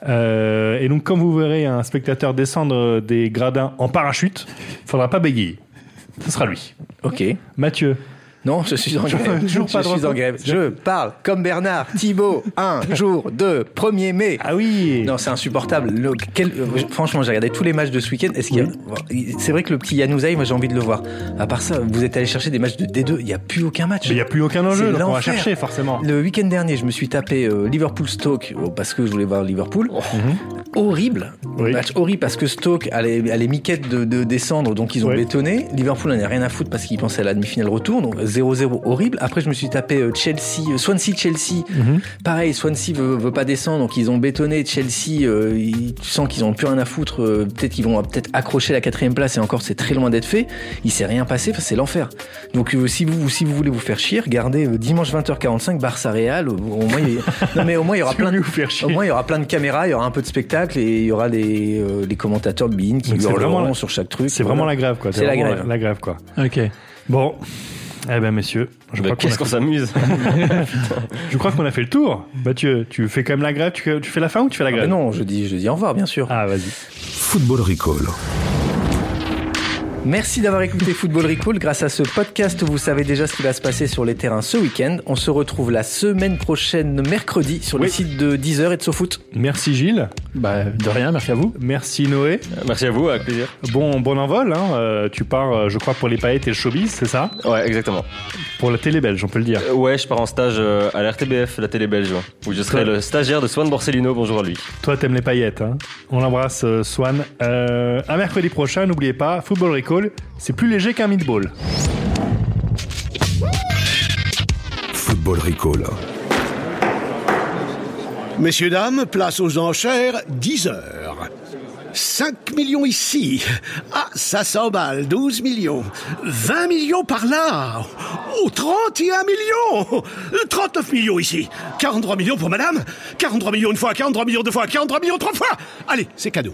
Euh, et donc comme vous verrez un spectateur descendre des gradins en parachute, faudra pas bégayer. Ce sera lui. Ok. Mathieu. Non, je suis en grève. Toujours pas je de suis en repos. grève. Je parle comme Bernard Thibault. Un jour de 1er mai. Ah oui. Non, c'est insupportable. Le- quel- euh, franchement, j'ai regardé tous les matchs de ce week-end. Est-ce qu'il y a- C'est vrai que le petit Yanouzaï, moi j'ai envie de le voir. À part ça, vous êtes allé chercher des matchs de D2. Il n'y a plus aucun match. Mais il n'y a plus aucun enjeu, C'est donc on va l'enfer. chercher forcément. Le week-end dernier, je me suis tapé euh, Liverpool Stoke euh, parce que je voulais voir Liverpool. Oh. Mhm. Horrible, Bah, match horrible parce que Stoke allait, allait miquette de, de descendre, donc ils ont bétonné. Liverpool n'en a rien à foutre parce qu'ils pensaient à la demi-finale retour, donc 0-0 horrible. Après, je me suis tapé euh, Chelsea, euh, Swansea Chelsea. Pareil, Swansea veut, veut pas descendre, donc ils ont bétonné Chelsea. euh, ils- tu sens qu'ils ont plus rien à foutre. euh, peut-être qu'ils vont euh, peut-être accrocher la quatrième place et encore c'est très loin d'être fait. Il s'est rien passé, enfin, c'est l'enfer. Donc euh, si vous si vous voulez vous faire chier, regardez euh, dimanche 20h45 Barça Real. euh, Au moins, il y a- non mais au moins il y aura plein de au moins il y aura plein de caméras, il y aura un peu de spectacle et il y aura les, euh, les commentateurs de BIN qui Donc, c'est vraiment hurleront la- sur chaque truc. C'est vraiment la grève, quoi. C'est la vraiment grève. La grève, quoi. Ok. Bon. Eh ben, messieurs, je Bah, crois qu'est-ce a qu'on fait- s'amuse Je crois qu'on a fait le tour. Mathieu, tu fais quand même la grève tu, tu fais la fin ou tu fais la Ah, ben grève Ah ben Non, je dis, je dis au revoir, bien sûr. Ah, vas-y. Football Recall. Merci d'avoir écouté Football Recall. Grâce à ce podcast, vous savez déjà ce qui va se passer sur les terrains ce week-end. On se retrouve la semaine prochaine, mercredi, sur le site de Deezer et de SoFoot. Merci Gilles. Bah, de rien, merci à vous. Merci Noé. Merci à vous, avec plaisir. Bon, bon envol, hein. Euh, tu pars, euh, je crois, pour les paillettes et le showbiz, c'est ça Ouais, exactement. Pour la télé belge, on peut le dire. Euh, ouais, je pars en stage euh, à la RTBF, la télé belge, ouais, où je serai Cool. le stagiaire de Swan Borsellino. Bonjour à lui. Toi, t'aimes les paillettes, hein. On l'embrasse, euh, Swan. Euh, à mercredi prochain, n'oubliez pas, Football Recall, c'est plus léger qu'un meatball. Football Recall. Messieurs, dames, place aux enchères, 10 heures. 5 millions ici. Ah, ça s'emballe, 12 millions. 20 millions par là. Oh, 31 millions. 39 millions ici. 43 millions pour madame. 43 millions une fois, 43 millions deux fois, 43 millions trois fois. Ah, Allez, c'est cadeau.